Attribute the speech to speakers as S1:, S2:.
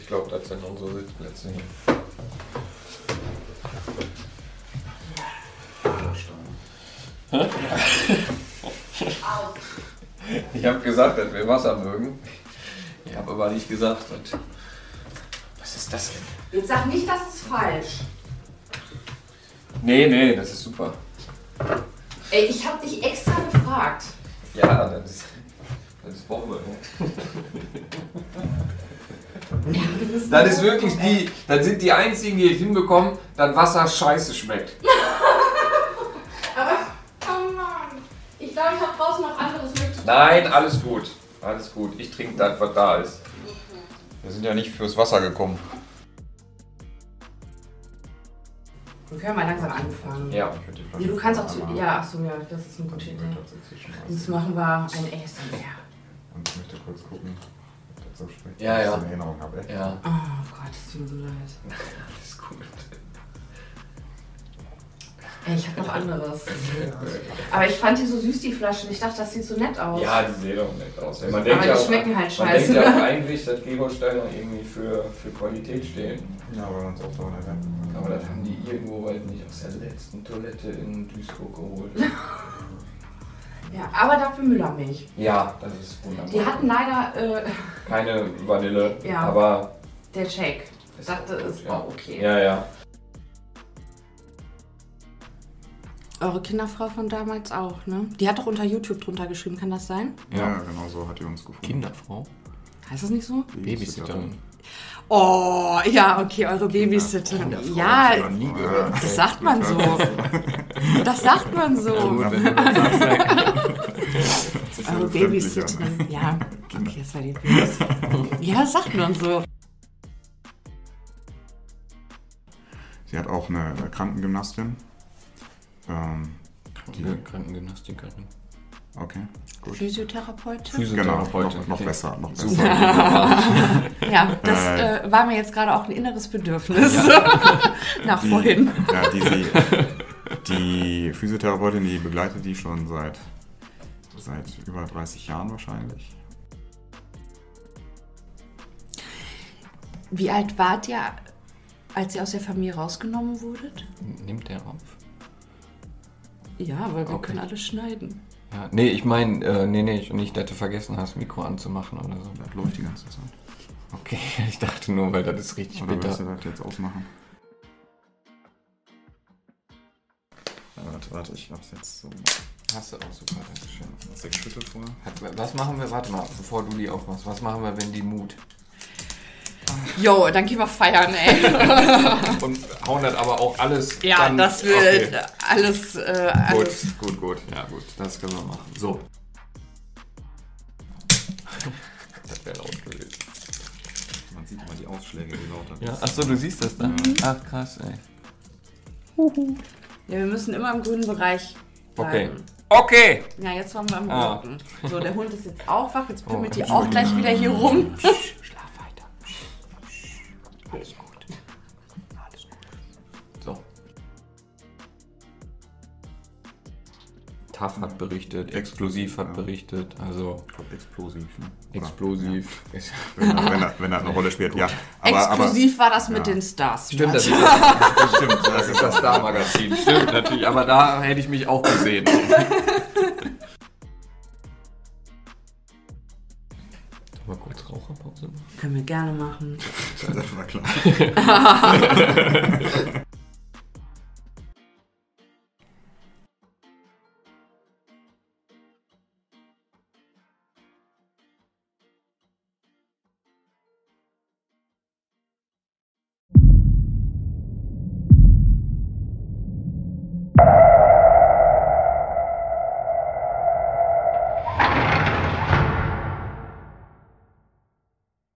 S1: Ich glaube, das sind unsere Sitzplätze hier. Ich habe gesagt, dass wir Wasser mögen. Ich habe aber nicht gesagt, dass. Was ist das denn?
S2: Jetzt sag nicht, das ist falsch.
S1: Nee, nee, das ist super.
S2: Ey, ich hab dich extra gefragt.
S1: Ja, das ist. Das ist Bombe. ne? Das ist wirklich die. Das sind die einzigen, die es hinbekommen, dass Wasser scheiße schmeckt.
S2: Aber, oh Mann. Ich glaube, ich hab draußen noch anderes mit.
S1: Nein, alles gut. Alles gut. Ich trinke das, was da ist.
S3: Wir sind ja nicht fürs Wasser gekommen.
S2: Wir können mal langsam anfangen.
S1: Ja.
S3: Ich würde die
S2: Nee,
S3: Flasche
S2: du kannst auch zu.
S3: einmal-
S2: Ja, achso, ja, das ist eine gute
S3: Ich
S2: Idee.
S3: würde tatsächlich schon mal-
S2: Jetzt machen wir ein ASMR.
S3: Und ich möchte kurz gucken, ob das so schmeckt.
S1: Ja,
S3: wie ich
S1: ja.
S3: es in Erinnerung habe.
S1: Ja,
S2: Oh Gott, es tut mir so leid.
S1: das ist gut.
S2: Ey, ich hab noch anderes. Aber ich fand die so süß, die Flaschen. Ich dachte, das sieht so nett aus.
S1: Ja, die sehen auch nett aus. Man
S2: Aber die schmecken halt
S1: Man
S2: scheiße.
S1: denkt ja auch eigentlich, dass Gerolsteiner irgendwie für, für Qualität stehen.
S3: Ja, aber uns auch ne? vorne rein.
S1: Aber das haben die irgendwo, weiß nicht, aus der letzten Toilette in Duisburg geholt.
S2: ja aber dafür Müllermilch.
S1: ja, das ist
S2: Die
S1: wunderbar.
S2: hatten leider äh,
S1: Keine Vanille,
S2: Ja.
S1: aber
S2: der Shake. Ich
S1: ist
S2: dachte,
S1: auch gut,
S2: es
S1: ja.
S2: war okay.
S1: Ja, ja.
S2: Eure Kinderfrau von damals auch, ne? Die hat doch unter YouTube drunter geschrieben, kann das sein?
S3: Ja, genau so hat die uns gefunden.
S4: Kinderfrau?
S2: Heißt das nicht so?
S4: Babysitterin.
S2: Oh, ja, okay, eure Babysitterin.
S3: Hab ich noch
S2: Ja,
S3: nie gehört.
S2: das sagt man so. Das sagt man so. Eure
S3: ne?
S2: Babysitterin. Ja, okay, das war die Babysitterin. Ja, das sagt man so.
S3: Sie hat auch eine Krankengymnastin. Ähm,
S4: Kranken-
S3: Genau,
S4: Krankengymnastikerin.
S3: okay, gut.
S2: Physiotherapeutin?
S3: Genau,
S4: Physiotherapeutin,
S3: noch, noch
S4: okay.
S3: besser, noch besser.
S2: Ja, das äh, war mir jetzt gerade auch ein inneres Bedürfnis. Nach
S3: die,
S2: vorhin.
S3: Ja, die, sie, die Physiotherapeutin, die begleitet die schon seit, seit über 30 Jahren wahrscheinlich.
S2: Wie alt wart ihr, als ihr aus der Familie rausgenommen wurdet?
S4: Nimmt der auf?
S2: Ja, weil wir
S4: Okay.
S2: können alles schneiden.
S4: Ja, nee, ich meine, äh, nee, nee, ich, nicht, dass du vergessen hast, Mikro anzumachen oder so.
S3: Das läuft die ganze Zeit.
S4: Okay, ich dachte nur, weil das ist richtig
S3: Oder willst du
S4: bitter.
S3: das jetzt ausmachen? Ja, Äh, Warte, warte, ich hab's jetzt so.
S4: Hast du auch super, das ist schön.
S3: Hast du geschüttelt vorher?
S4: Hat, was machen wir, warte mal, bevor du die aufmachst, was machen wir, wenn die Mut?
S2: Jo, dann gehen wir feiern, ey.
S4: Und hauen das aber auch alles
S2: Ja,
S4: dann,
S2: das wird
S4: okay.
S2: alles, äh, alles.
S4: Gut, gut, gut, ja gut, das können wir machen. So. Das wäre laut gewesen.
S3: Man sieht immer die Ausschläge, wie laut das
S4: Ja, achso, du siehst das dann?
S2: Mhm.
S4: Ach krass, ey.
S2: Ja, wir müssen immer im grünen Bereich
S4: Okay.
S2: bleiben.
S4: Okay!
S2: Ja, jetzt waren wir im
S4: Ah.
S2: roten. So, der Hund ist jetzt auch wach, jetzt pimmelt
S4: Oh,
S2: die auch gleich wieder hier rum.
S4: Schlaf weiter. Alles gut. Alles gut. So. TAF hat berichtet, Explosiv hat berichtet, also
S3: Ich glaub, explosiv. Ne? Oder?
S4: Explosiv. ist-
S3: Wenn, er- wenn, er- wenn das eine Rolle spielt, ja. Aber, aber
S2: Exklusiv war das mit
S3: ja.
S2: den Stars.
S4: Stimmt, das ist, stimmt, das ist das Star-Magazin. Stimmt, natürlich, aber da hätte ich mich auch gesehen. Mal kurz Raucherpause machen.
S2: Können wir gerne machen.
S3: das war klar.